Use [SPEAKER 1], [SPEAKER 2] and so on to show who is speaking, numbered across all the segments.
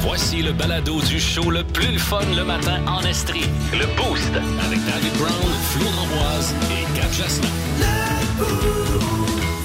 [SPEAKER 1] Voici le balado du show le plus le fun le matin en Estrie. Le Boost avec David Brown, Flo Ramboise et Cap Jasmin.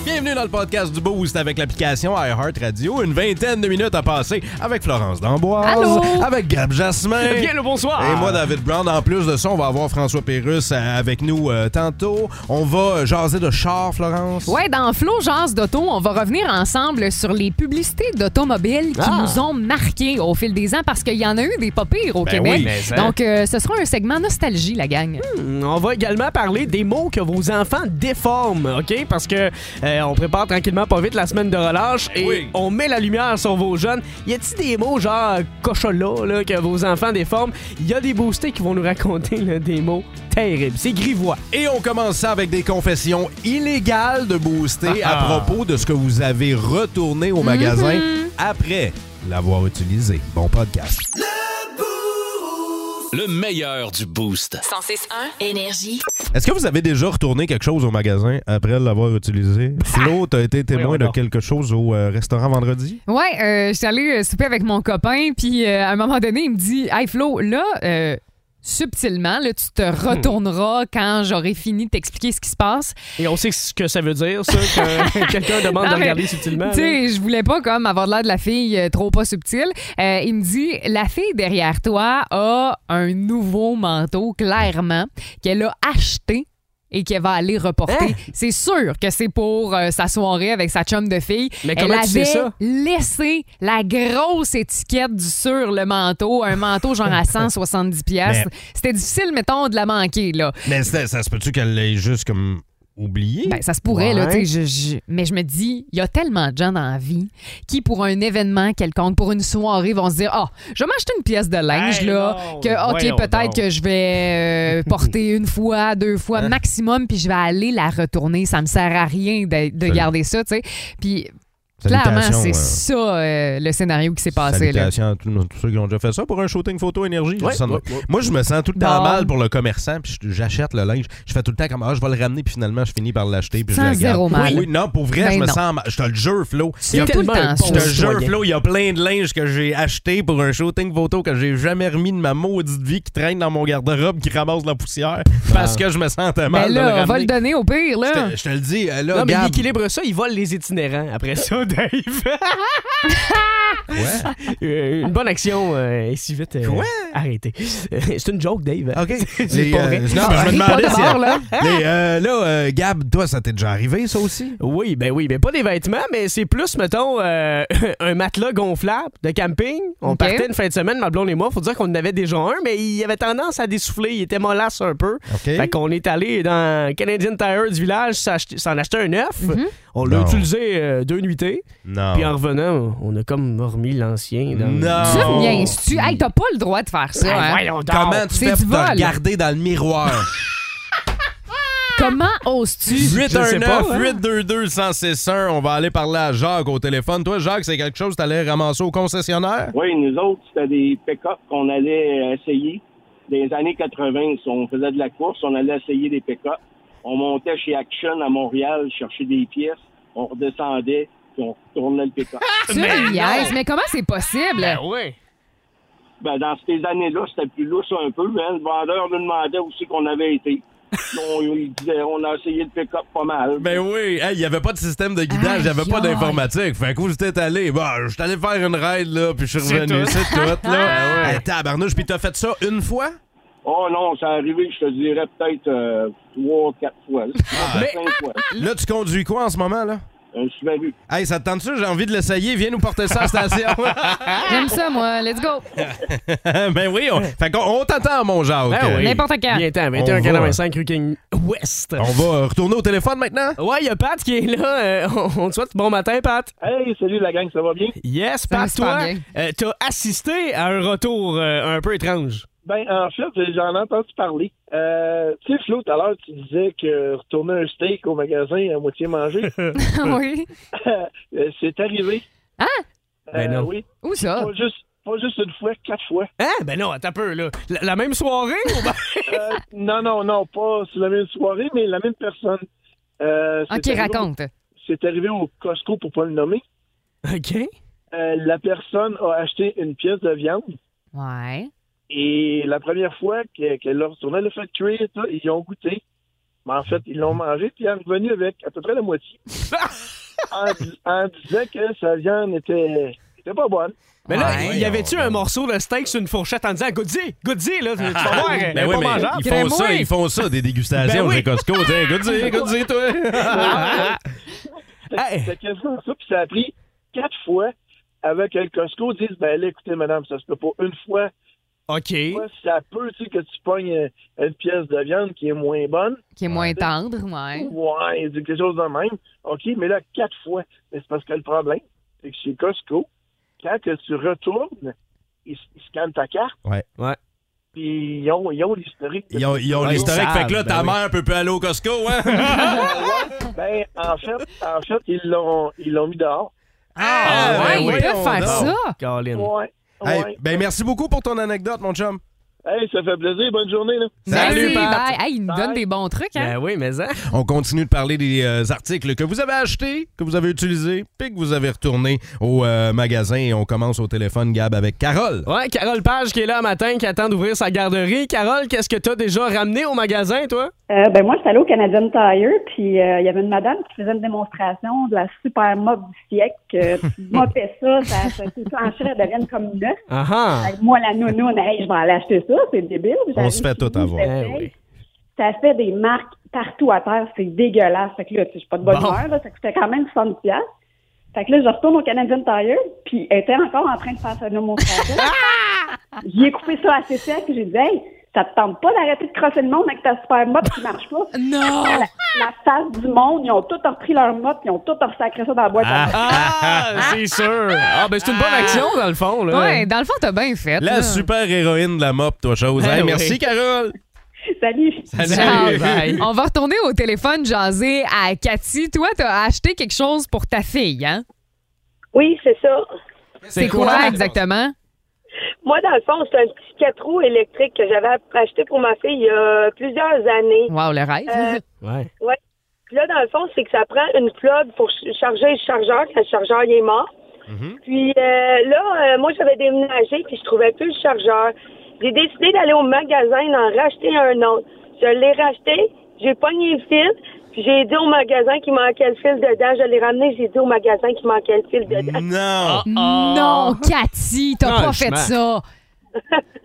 [SPEAKER 2] Bienvenue dans le podcast du Boost avec l'application iHeartRadio. Une vingtaine de minutes à passer avec Florence D'Amboise,
[SPEAKER 3] Allô?
[SPEAKER 2] avec Gab Jasmin.
[SPEAKER 4] Bien le bonsoir.
[SPEAKER 2] Et moi, David Brown. En plus de ça, on va avoir François Pérusse euh, avec nous euh, tantôt. On va euh, jaser de char, Florence.
[SPEAKER 3] Ouais, dans Flo Jazz d'Auto, on va revenir ensemble sur les publicités d'automobiles qui
[SPEAKER 4] Ah.
[SPEAKER 3] nous ont marqués au fil des ans parce qu'il y en a eu des pas pires au
[SPEAKER 2] Ben
[SPEAKER 3] Québec.
[SPEAKER 2] oui,
[SPEAKER 4] mais, hein. Hmm.
[SPEAKER 3] Donc, euh, ce sera un segment nostalgie, la gang.
[SPEAKER 4] On va également parler des mots que vos enfants déforment, OK? Parce que euh, on prépare tranquillement pas vite la semaine de relâche et
[SPEAKER 2] Oui.
[SPEAKER 4] on met la lumière sur vos jeunes. Y a-t-il des mots genre euh, cochola là, que vos enfants déforment? Il y a des boostés qui vont nous raconter là, des mots terribles. C'est grivois.
[SPEAKER 2] Et on commence ça avec des confessions illégales de Booster
[SPEAKER 4] Ah
[SPEAKER 2] à
[SPEAKER 4] ah. Mm-hmm.
[SPEAKER 2] propos de ce que vous avez retourné au magasin après l'avoir utilisé. Bon podcast.
[SPEAKER 1] Le meilleur du Boost.
[SPEAKER 5] 106.1 Énergie.
[SPEAKER 2] Est-ce que vous avez déjà retourné quelque chose au magasin après l'avoir utilisé? Flo, t'as été témoin
[SPEAKER 4] Voyons
[SPEAKER 2] de
[SPEAKER 4] donc.
[SPEAKER 2] quelque chose au euh, restaurant vendredi?
[SPEAKER 3] Ouais, euh, je suis allée euh, souper avec mon copain, puis euh, à un moment donné, il me dit Hey Flo, là, euh, subtilement, là, tu te retourneras quand j'aurai fini de t'expliquer ce qui se passe.
[SPEAKER 4] Et on sait ce que ça veut dire, ça, que quelqu'un demande
[SPEAKER 3] Non,
[SPEAKER 4] de
[SPEAKER 3] mais,
[SPEAKER 4] regarder subtilement.
[SPEAKER 3] Tu sais, je voulais pas comme avoir l'air de la fille euh, trop pas subtile. Euh, il me dit la fille derrière toi a un nouveau manteau clairement qu'elle a acheté et qu'elle va aller reporter.
[SPEAKER 4] Hein?
[SPEAKER 3] C'est sûr que c'est pour euh, sa soirée avec sa chum de fille.
[SPEAKER 4] Mais
[SPEAKER 3] Elle
[SPEAKER 4] comment
[SPEAKER 3] avait
[SPEAKER 4] tu sais ça?
[SPEAKER 3] laissé la grosse étiquette du sur le manteau, un manteau genre à 170 pièces.
[SPEAKER 2] Mais-
[SPEAKER 3] C'était difficile mettons de la manquer là.
[SPEAKER 2] Mais c'était- ça se peut-tu qu'elle l'ait juste comme oublié?
[SPEAKER 3] Ben, ça se pourrait, là,
[SPEAKER 4] Ouais.
[SPEAKER 3] tu sais, je- je- mais je me dis, il y a tellement de gens dans la vie qui, pour un événement quelconque, pour une soirée, vont se dire Ah, je vais m'acheter une pièce de linge,
[SPEAKER 4] Hey,
[SPEAKER 3] là,
[SPEAKER 4] non,
[SPEAKER 3] que,
[SPEAKER 4] voyons
[SPEAKER 3] OK, peut-être
[SPEAKER 4] donc.
[SPEAKER 3] que je vais euh, porter une fois, deux fois
[SPEAKER 2] Hein?
[SPEAKER 3] maximum, puis je vais aller la retourner. Ça me sert à rien de, de
[SPEAKER 2] Salut.
[SPEAKER 3] garder ça, tu sais. Puis, clairement,
[SPEAKER 2] Salutations,
[SPEAKER 3] c'est
[SPEAKER 2] euh,
[SPEAKER 3] ça euh, le scénario qui s'est passé, là.
[SPEAKER 2] salutations à tous, tous ceux qui ont déjà fait ça pour un shooting photo énergie. je
[SPEAKER 4] Ouais,
[SPEAKER 2] dis ça de
[SPEAKER 4] ouais,
[SPEAKER 2] même.
[SPEAKER 4] ouais.
[SPEAKER 2] Moi, je me sens tout le temps
[SPEAKER 3] Bon.
[SPEAKER 2] mal pour le commerçant, puis je- j'achète le linge. Je fais tout le temps comme, ah, je vais le ramener, puis finalement, je finis par l'acheter, puis je
[SPEAKER 3] Sans
[SPEAKER 2] le garde.
[SPEAKER 3] zéro mal.
[SPEAKER 2] Oui, non, pour vrai,
[SPEAKER 3] Ben
[SPEAKER 2] je me
[SPEAKER 3] non.
[SPEAKER 2] sens mal. Je te le jure, Flo. Il y a-
[SPEAKER 3] tout le
[SPEAKER 4] tellement
[SPEAKER 3] temps
[SPEAKER 4] un
[SPEAKER 3] ça.
[SPEAKER 2] Je te
[SPEAKER 4] bon
[SPEAKER 2] jure,
[SPEAKER 4] citoyen.
[SPEAKER 2] Flo, il y a plein de linge que j'ai acheté pour un shooting photo que j'ai jamais remis de ma maudite vie qui traîne dans mon garde-robe, qui ramasse la poussière parce que je me sentais
[SPEAKER 3] Mais
[SPEAKER 2] mal. de le
[SPEAKER 3] Ah. Ben là, on va
[SPEAKER 2] ramener.
[SPEAKER 3] le donner au pire, là.
[SPEAKER 2] Je te- je te le dis, euh, là,
[SPEAKER 4] Non, mais il
[SPEAKER 2] Gab.
[SPEAKER 4] équilibre ça, il vole les itinérants après ça, Dave.
[SPEAKER 2] Ouais.
[SPEAKER 4] Euh, une bonne action euh, est si vite euh,
[SPEAKER 2] Quoi?
[SPEAKER 4] arrêtée. Euh, C'est une joke, Dave.
[SPEAKER 2] OK.
[SPEAKER 4] C'est
[SPEAKER 2] Les,
[SPEAKER 4] pas
[SPEAKER 2] euh,
[SPEAKER 4] vrai.
[SPEAKER 2] non, mais je
[SPEAKER 3] Ris
[SPEAKER 2] me
[SPEAKER 3] pas
[SPEAKER 2] demandais
[SPEAKER 3] de
[SPEAKER 2] si-
[SPEAKER 3] bord, là.
[SPEAKER 2] Mais euh, là, euh, Gab, toi, ça t'est déjà arrivé, ça aussi?
[SPEAKER 4] Oui, ben oui, mais pas des vêtements, mais c'est plus, mettons, euh, un matelas gonflable de camping. On
[SPEAKER 3] OK.
[SPEAKER 4] partait une fin de semaine, ma blonde et moi. Faut dire qu'on en avait déjà un, mais il avait tendance à dessouffler. Il était mollasse un peu.
[SPEAKER 2] OK.
[SPEAKER 4] Fait
[SPEAKER 3] Ben,
[SPEAKER 4] qu'on est allé dans Canadian Tire du village s'ach- s'en acheter un neuf. On l'a
[SPEAKER 2] Non.
[SPEAKER 4] utilisé euh, deux nuitées.
[SPEAKER 2] Non.
[SPEAKER 4] Puis en revenant, on a comme remis l'ancien. dans-
[SPEAKER 2] Non.
[SPEAKER 3] Tu
[SPEAKER 2] Oh.
[SPEAKER 3] me niaises-tu? Hey, t'as pas le droit de faire ça,
[SPEAKER 4] Ben
[SPEAKER 3] hein?
[SPEAKER 4] voyons donc.
[SPEAKER 2] Comment tu
[SPEAKER 3] C'est
[SPEAKER 2] fais
[SPEAKER 3] du
[SPEAKER 2] pour te
[SPEAKER 3] vol.
[SPEAKER 2] regarder dans le miroir?
[SPEAKER 3] Comment oses-tu?
[SPEAKER 2] 819
[SPEAKER 4] pas, hein?
[SPEAKER 2] 822 1061 On va aller parler à Jacques au téléphone. Toi, Jacques, c'est quelque chose que t'allais ramasser au concessionnaire?
[SPEAKER 6] Oui, nous autres, c'était des pick-up qu'on allait essayer. Des années 80, on faisait de la course, on allait essayer des pick-up. On montait chez Action à Montréal chercher des pièces, on redescendait, puis on retournait le pick-up.
[SPEAKER 3] Tu me niaises, mais comment c'est possible?
[SPEAKER 4] Ben oui.
[SPEAKER 6] ben, dans ces années-là, c'était plus lousse un peu. Hein. Le vendeur nous demandait aussi qu'on avait été. On, il disait, on a essayé le pick-up pas mal.
[SPEAKER 2] Ben oui, Hey, il n'y avait pas de système de guidage, il n'y avait pas
[SPEAKER 3] Aïe, aïe.
[SPEAKER 2] d'informatique. Fait que où j'étais allé, bah, j'étais allé faire une raid, là, puis je suis
[SPEAKER 4] C'est tout.
[SPEAKER 2] revenu,
[SPEAKER 4] Ah,
[SPEAKER 2] c'est tout, là. Hey, tabarnouche, puis t'as fait ça une fois?
[SPEAKER 6] Oh non, c'est arrivé, je te dirais peut-être euh, trois, quatre fois. là.
[SPEAKER 2] Ah, mais-
[SPEAKER 6] Cinq fois. Euh,
[SPEAKER 2] Là, tu conduis quoi en ce moment, là?
[SPEAKER 6] Un Subaru.
[SPEAKER 2] Hey, ça te tente-tu? J'ai envie de l'essayer. Viens nous porter ça à la station.
[SPEAKER 3] J'aime ça, moi. Let's go.
[SPEAKER 2] ben oui, on, fait qu'on on t'attend, mon Jacques.
[SPEAKER 4] Ben oui.
[SPEAKER 3] N'importe quand.
[SPEAKER 4] Bien temps,
[SPEAKER 2] On
[SPEAKER 4] 21
[SPEAKER 2] va.
[SPEAKER 4] 85 rue King West.
[SPEAKER 2] On va retourner au téléphone maintenant?
[SPEAKER 4] Ouais, il y a Pat qui est là. Euh, on on te souhaite bon matin, Pat.
[SPEAKER 6] Hey, salut la gang, ça va bien?
[SPEAKER 4] Yes,
[SPEAKER 3] va
[SPEAKER 4] Pat,
[SPEAKER 3] super
[SPEAKER 4] toi,
[SPEAKER 3] bien.
[SPEAKER 4] euh, t'as assisté à un retour euh, un peu étrange.
[SPEAKER 6] Ben, en fait, j'en ai entendu parler. Euh, tu sais, Flo, tout à l'heure, tu disais que retourner un steak au magasin à moitié mangé,
[SPEAKER 3] oui.
[SPEAKER 6] euh, c'est arrivé.
[SPEAKER 3] Hein?
[SPEAKER 6] Euh,
[SPEAKER 4] Ben non.
[SPEAKER 6] Oui,
[SPEAKER 3] Où ça?
[SPEAKER 6] pas juste, pas juste une fois, quatre fois.
[SPEAKER 4] Hein? Ben non, attends un peu, là. La, la même soirée? ou ben-
[SPEAKER 6] Euh, non, non, non, pas sur la même soirée, mais la même personne. Euh, c'est
[SPEAKER 3] OK,
[SPEAKER 6] arrivé au-
[SPEAKER 3] Ah, raconte.
[SPEAKER 6] C'est arrivé au Costco, pour pas le nommer.
[SPEAKER 4] OK.
[SPEAKER 5] euh, la personne a acheté une pièce de viande
[SPEAKER 3] Ouais.
[SPEAKER 5] et la première fois que- qu'elle l'a retournée, elle l'a fait cuire, ça, ils y ont goûté. Mais en fait, ils l'ont mangé puis elle est revenue avec à peu près la moitié. en, dis- en disant que sa viande était, était pas bonne.
[SPEAKER 4] Mais là,
[SPEAKER 3] Ouais.
[SPEAKER 4] y avait-tu un morceau de steak sur une fourchette en disant Goodie, Goodie, là, tu tu vas voir, elle est
[SPEAKER 2] Ben oui,
[SPEAKER 4] pas
[SPEAKER 2] mais
[SPEAKER 4] mangeable.
[SPEAKER 2] ils font ça,
[SPEAKER 3] Crème-moi.
[SPEAKER 2] ils font ça, des dégustations
[SPEAKER 4] Ben oui.
[SPEAKER 2] chez Costco. Tiens, goûte-y, goûte-y, toi.
[SPEAKER 4] Hey.
[SPEAKER 5] C'était quasiment ça. Puis ça a pris quatre fois avec le Costco. Ils disent, ben là, écoutez, madame, ça se peut pas. Une fois,
[SPEAKER 4] OK.
[SPEAKER 5] fois, ça peut, tu sais, que tu pognes euh, une pièce de viande qui est moins bonne.
[SPEAKER 3] Qui est moins tendre, ouais.
[SPEAKER 5] Ouais, il dit quelque chose de même. OK, mais là, quatre fois. Mais c'est parce que le problème, c'est que chez Costco, quand que tu retournes, ils, ils scannent ta carte.
[SPEAKER 2] Ouais.
[SPEAKER 4] Ouais.
[SPEAKER 5] Puis ils ont ils ont l'historique. de-
[SPEAKER 2] Ils ont, ils ont
[SPEAKER 4] Ouais,
[SPEAKER 2] l'historique,
[SPEAKER 4] ils
[SPEAKER 2] fait que là,
[SPEAKER 4] savent,
[SPEAKER 2] ta
[SPEAKER 4] ben oui.
[SPEAKER 2] mère peut plus aller au Costco, hein?
[SPEAKER 5] Ben, en fait, en fait, ils l'ont ils l'ont mis dehors.
[SPEAKER 3] Ah,
[SPEAKER 2] Ah,
[SPEAKER 3] ouais,
[SPEAKER 2] ben
[SPEAKER 3] ils
[SPEAKER 2] oui,
[SPEAKER 3] peuvent
[SPEAKER 2] on
[SPEAKER 3] faire
[SPEAKER 2] dort.
[SPEAKER 3] ça.
[SPEAKER 4] Colin.
[SPEAKER 5] Ouais.
[SPEAKER 2] Mmh. Hey,
[SPEAKER 5] ouais.
[SPEAKER 2] ben, merci beaucoup pour ton anecdote, mon chum.
[SPEAKER 5] Hey, ça fait plaisir. Bonne journée, là.
[SPEAKER 3] Merci,
[SPEAKER 4] Salut, Pat.
[SPEAKER 3] bye. Hey, ils nous
[SPEAKER 5] Bye.
[SPEAKER 3] donnent des bons trucs, hein?
[SPEAKER 4] Ben oui, mais hein.
[SPEAKER 2] On continue de parler des euh, articles que vous avez achetés, que vous avez utilisés, puis que vous avez retournés au euh, magasin. Et on commence au téléphone, Gab, avec Carole.
[SPEAKER 4] Ouais, Carole Page qui est là un matin, qui attend d'ouvrir sa garderie. Carole, qu'est-ce que t'as déjà ramené au magasin, toi?
[SPEAKER 7] Euh, ben moi, j'étais allée au Canadian Tire, puis euh, il y avait une madame qui faisait une démonstration de la super mop du siècle. Euh, tu mopais ça, ça, ça s'épanchait, elle devienne comme neuf.
[SPEAKER 4] Ah ah.
[SPEAKER 7] Fait que Moi, la nounoune, hey, je vais aller acheter ça, c'est débile.
[SPEAKER 2] On se fait tout avoir.
[SPEAKER 4] Eh
[SPEAKER 7] Ça, ça fait des marques partout à terre, c'est dégueulasse. Fait que là, tu sais, je suis pas de bonne
[SPEAKER 4] Bon.
[SPEAKER 7] humeur, là, ça coûtait quand même 60 piastres. Fait que là, je retourne au Canadian Tire, puis elle était encore en train de faire sa démonstration. J'y ai coupé ça assez sec, puis j'ai dit, hey, ça te tente pas d'arrêter de crosser le monde avec ta super mop qui marche pas?
[SPEAKER 3] Non!
[SPEAKER 7] la, la face du monde, ils ont tout repris leur mot, ils ont tout ressacré ça dans la boîte. à
[SPEAKER 4] Ah, c'est sûr. Ah, ben c'est une bonne action, dans le fond, là.
[SPEAKER 3] Ouais, dans le fond, t'as bien fait.
[SPEAKER 2] La
[SPEAKER 3] là.
[SPEAKER 2] super héroïne de la mop, toi, chose.
[SPEAKER 4] Eh
[SPEAKER 2] Hey,
[SPEAKER 4] oui.
[SPEAKER 2] merci, Carole.
[SPEAKER 7] Salut!
[SPEAKER 3] Ciao.
[SPEAKER 4] Bye.
[SPEAKER 3] On va retourner au téléphone jaser à Cathy. Toi, t'as acheté quelque chose pour ta fille, hein?
[SPEAKER 8] Oui, c'est ça.
[SPEAKER 3] C'est quoi exactement?
[SPEAKER 8] Moi, dans le fond, c'est un petit quatre roues électrique que j'avais acheté pour ma fille il y a plusieurs années.
[SPEAKER 3] Wow, le rêve.
[SPEAKER 8] Euh,
[SPEAKER 4] Ouais.
[SPEAKER 8] Puis là, dans le fond, c'est que ça prend une plug pour ch- charger le chargeur quand le chargeur il est mort. Puis euh, là, euh, moi, j'avais déménagé puis je trouvais plus le chargeur. J'ai décidé d'aller au magasin d'en racheter un autre. Je l'ai racheté, j'ai pogné le fil, puis j'ai dit au magasin qu'il manquait le fil dedans. Je l'ai ramené, j'ai dit au magasin qu'il manquait le fil
[SPEAKER 2] Mm.
[SPEAKER 8] dedans.
[SPEAKER 2] Non.
[SPEAKER 3] Non, Cathy, t'as pas fait
[SPEAKER 4] Franchement.
[SPEAKER 3] ça.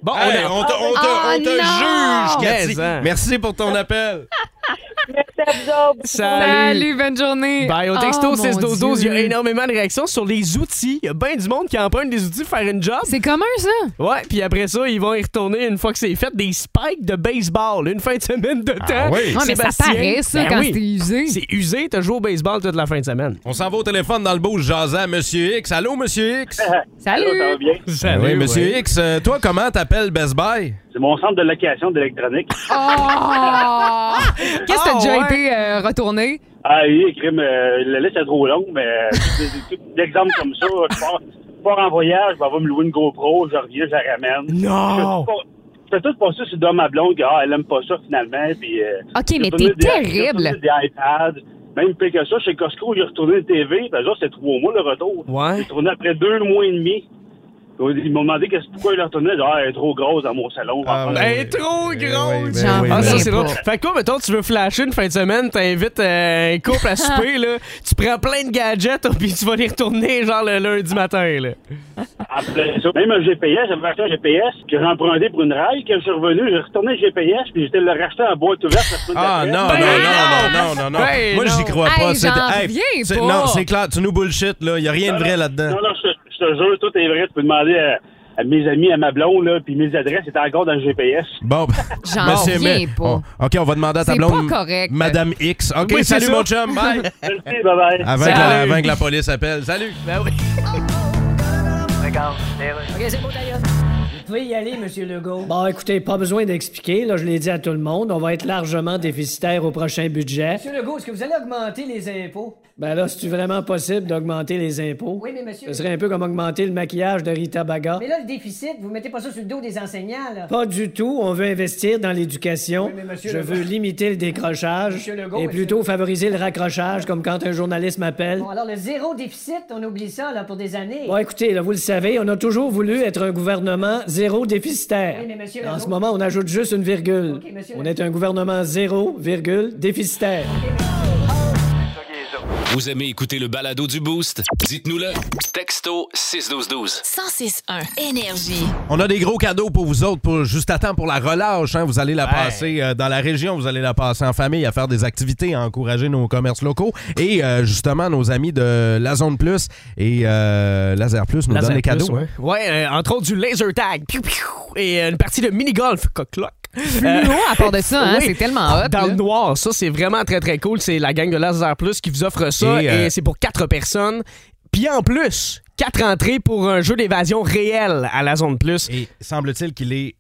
[SPEAKER 4] Bon, on
[SPEAKER 2] Hey,
[SPEAKER 4] a-
[SPEAKER 2] on te, on te-
[SPEAKER 3] Ah,
[SPEAKER 2] on te
[SPEAKER 3] non.
[SPEAKER 2] juge, Cathy.
[SPEAKER 4] Mais, hein.
[SPEAKER 2] Merci pour ton appel.
[SPEAKER 8] Merci à vous autres.
[SPEAKER 4] Salut.
[SPEAKER 3] Salut, bonne journée.
[SPEAKER 4] Bye. Au texto
[SPEAKER 3] Oh, mon
[SPEAKER 4] 6 12 12 il y a
[SPEAKER 3] Dieu.
[SPEAKER 4] énormément de réactions sur les outils. Il y a bien du monde qui emprunte des outils pour faire une job.
[SPEAKER 3] C'est commun, ça?
[SPEAKER 4] Ouais, puis après ça, ils vont y retourner une fois que c'est fait des spikes de baseball. Une fin de semaine de temps.
[SPEAKER 2] Ah oui.
[SPEAKER 3] Ouais, mais ça
[SPEAKER 4] Sébastien.
[SPEAKER 3] paraît, ça,
[SPEAKER 4] Ben
[SPEAKER 3] quand
[SPEAKER 4] oui.
[SPEAKER 3] c'est usé.
[SPEAKER 4] C'est usé, t'as joué au baseball toute la fin de semaine.
[SPEAKER 2] On s'en va au téléphone dans le beau jaser à Monsieur X. Allô, Monsieur X?
[SPEAKER 3] Salut!
[SPEAKER 9] Ça va bien.
[SPEAKER 2] Ben
[SPEAKER 3] Ben
[SPEAKER 2] oui, Monsieur X, euh, toi, comment t'appelles Best Buy?
[SPEAKER 9] C'est mon centre de location d'électronique.
[SPEAKER 3] Oh! Qu'est-ce que t'as
[SPEAKER 4] Ah,
[SPEAKER 3] déjà
[SPEAKER 4] ouais.
[SPEAKER 3] été euh, retourné?
[SPEAKER 9] Ah oui, crime, euh, la liste est trop longue, mais euh, des- des- des- d'exemples comme ça, je pars, je pars en voyage, je m'en vais me louer une GoPro, je reviens, je la ramène.
[SPEAKER 4] Non!
[SPEAKER 9] Je fais tout passer sur dans ma blonde, que, ah, elle aime pas ça finalement. Puis, euh,
[SPEAKER 3] OK,
[SPEAKER 9] j'ai
[SPEAKER 3] mais
[SPEAKER 9] retourné des-
[SPEAKER 3] t'es
[SPEAKER 9] j'ai
[SPEAKER 3] terrible.
[SPEAKER 9] retourné Des iPads, même pire que ça, chez Costco, j'ai retourné une TV, ben genre, c'est trois mois le retour.
[SPEAKER 4] Ouais.
[SPEAKER 9] J'ai retourné après deux mois et demi. Ils m'ont demandé qu'est-ce- pourquoi il la retournait. J'ai dit, Ah, elle est trop grosse dans mon salon. on va en
[SPEAKER 3] Ah,
[SPEAKER 9] prendre
[SPEAKER 4] Elle est Ben, trop
[SPEAKER 2] Eh
[SPEAKER 4] grosse.
[SPEAKER 2] oui, ben
[SPEAKER 3] J'en
[SPEAKER 2] oui,
[SPEAKER 4] Ah,
[SPEAKER 2] ben
[SPEAKER 4] ça,
[SPEAKER 2] oui.
[SPEAKER 4] c'est drôle.
[SPEAKER 3] pas.
[SPEAKER 4] Fait que toi, mettons, tu veux flasher une fin de semaine, t'invites euh, un couple à souper, là. Tu prends plein de gadgets, puis tu vas les retourner, genre, le lundi matin, là.
[SPEAKER 9] Après Ah, ça, même un GPS, j'avais acheté un GPS que j'ai emprunté pour une rail. Quand je suis revenu, j'ai retourné le GPS puis j'étais le racheté en boîte ouverte. la semaine
[SPEAKER 2] Ah
[SPEAKER 9] d'après.
[SPEAKER 2] non,
[SPEAKER 4] Ben
[SPEAKER 2] non, non, non, non, non.
[SPEAKER 4] Ben
[SPEAKER 2] Moi,
[SPEAKER 4] non.
[SPEAKER 2] j'y crois pas.
[SPEAKER 3] Hey,
[SPEAKER 2] C'est-
[SPEAKER 3] j'en
[SPEAKER 2] hey,
[SPEAKER 3] reviens
[SPEAKER 2] c'est-
[SPEAKER 3] pas.
[SPEAKER 2] Non, c'est clair, tu nous bullshit, là. Y a rien de vrai là-dedans.
[SPEAKER 9] Non, non, je, te- je te jure, tout est vrai. Tu peux demander à, à mes amis, à ma blonde, là, puis mes adresses étaient encore dans le GPS.
[SPEAKER 2] Bon,
[SPEAKER 3] J'en
[SPEAKER 2] monsieur,
[SPEAKER 3] reviens
[SPEAKER 2] mais-
[SPEAKER 3] pas.
[SPEAKER 2] oh, OK, on va demander à ta
[SPEAKER 3] C'est
[SPEAKER 2] blonde.
[SPEAKER 3] pas correct.
[SPEAKER 2] Madame X. OK,
[SPEAKER 4] Oui, c'est
[SPEAKER 2] salut
[SPEAKER 4] ça.
[SPEAKER 2] mon chum. Bye.
[SPEAKER 9] Merci, bye-bye.
[SPEAKER 2] Avant que, la,
[SPEAKER 4] Salut.
[SPEAKER 2] avant que la police appelle. Salut.
[SPEAKER 4] Ben oui.
[SPEAKER 10] pouvez y aller, Monsieur Legault. Bon, écoutez, pas besoin d'expliquer. Là, je l'ai dit à tout le monde. On va être largement déficitaire au prochain budget.
[SPEAKER 11] Monsieur Legault, est-ce que vous allez augmenter les impôts?
[SPEAKER 10] Ben là, c'est vraiment possible d'augmenter les impôts.
[SPEAKER 11] Oui, mais monsieur-
[SPEAKER 10] Ce serait un peu comme augmenter le maquillage de Rita Baga.
[SPEAKER 11] Mais là, le déficit, vous mettez pas ça sur le dos des enseignants, là.
[SPEAKER 10] Pas du tout. On veut investir dans l'éducation.
[SPEAKER 11] Oui, mais monsieur
[SPEAKER 10] Je
[SPEAKER 11] Legault-
[SPEAKER 10] veux limiter le décrochage
[SPEAKER 11] Monsieur Legault,
[SPEAKER 10] et
[SPEAKER 11] monsieur-
[SPEAKER 10] plutôt favoriser le raccrochage, comme quand un journaliste m'appelle.
[SPEAKER 11] Bon, alors le zéro déficit, on oublie ça, là, pour des années.
[SPEAKER 10] Bon, écoutez, là, vous le savez, on a toujours voulu être un gouvernement zéro déficitaire.
[SPEAKER 11] Oui, mais monsieur
[SPEAKER 10] en
[SPEAKER 11] Legault-
[SPEAKER 10] ce moment, on ajoute juste une virgule.
[SPEAKER 11] Ok, monsieur
[SPEAKER 10] on
[SPEAKER 11] Legault.
[SPEAKER 10] est un gouvernement zéro, virgule, déficitaire.
[SPEAKER 1] Vous aimez écouter le balado du Boost? Dites-nous-le. Texto 61212.
[SPEAKER 12] 106.1 Énergie.
[SPEAKER 2] On a des gros cadeaux pour vous autres, pour, juste à temps pour la relâche. hein. Vous allez la passer euh, dans la région, vous allez la passer en famille, à faire des activités, à encourager nos commerces locaux. Et euh, justement, nos amis de La Zone Plus et euh, Laser Plus nous
[SPEAKER 4] Laser
[SPEAKER 2] donnent des
[SPEAKER 4] Plus,
[SPEAKER 2] cadeaux.
[SPEAKER 4] ouais. Ouais, euh, entre autres du laser tag. Piou, piou, et euh, une partie de mini-golf. Coq-cloc.
[SPEAKER 3] Fluo, à part de ça, hein, c'est tellement hot,
[SPEAKER 4] Ah, Dans
[SPEAKER 3] là.
[SPEAKER 4] le noir, ça, c'est vraiment très, très cool. C'est la gang de Laser Plus qui vous offre ça.
[SPEAKER 2] Et,
[SPEAKER 4] Et,
[SPEAKER 2] euh,
[SPEAKER 4] c'est pour quatre personnes. Puis en plus, quatre entrées pour un jeu d'évasion réel à la zone plus.
[SPEAKER 2] Et semble-t-il qu'il est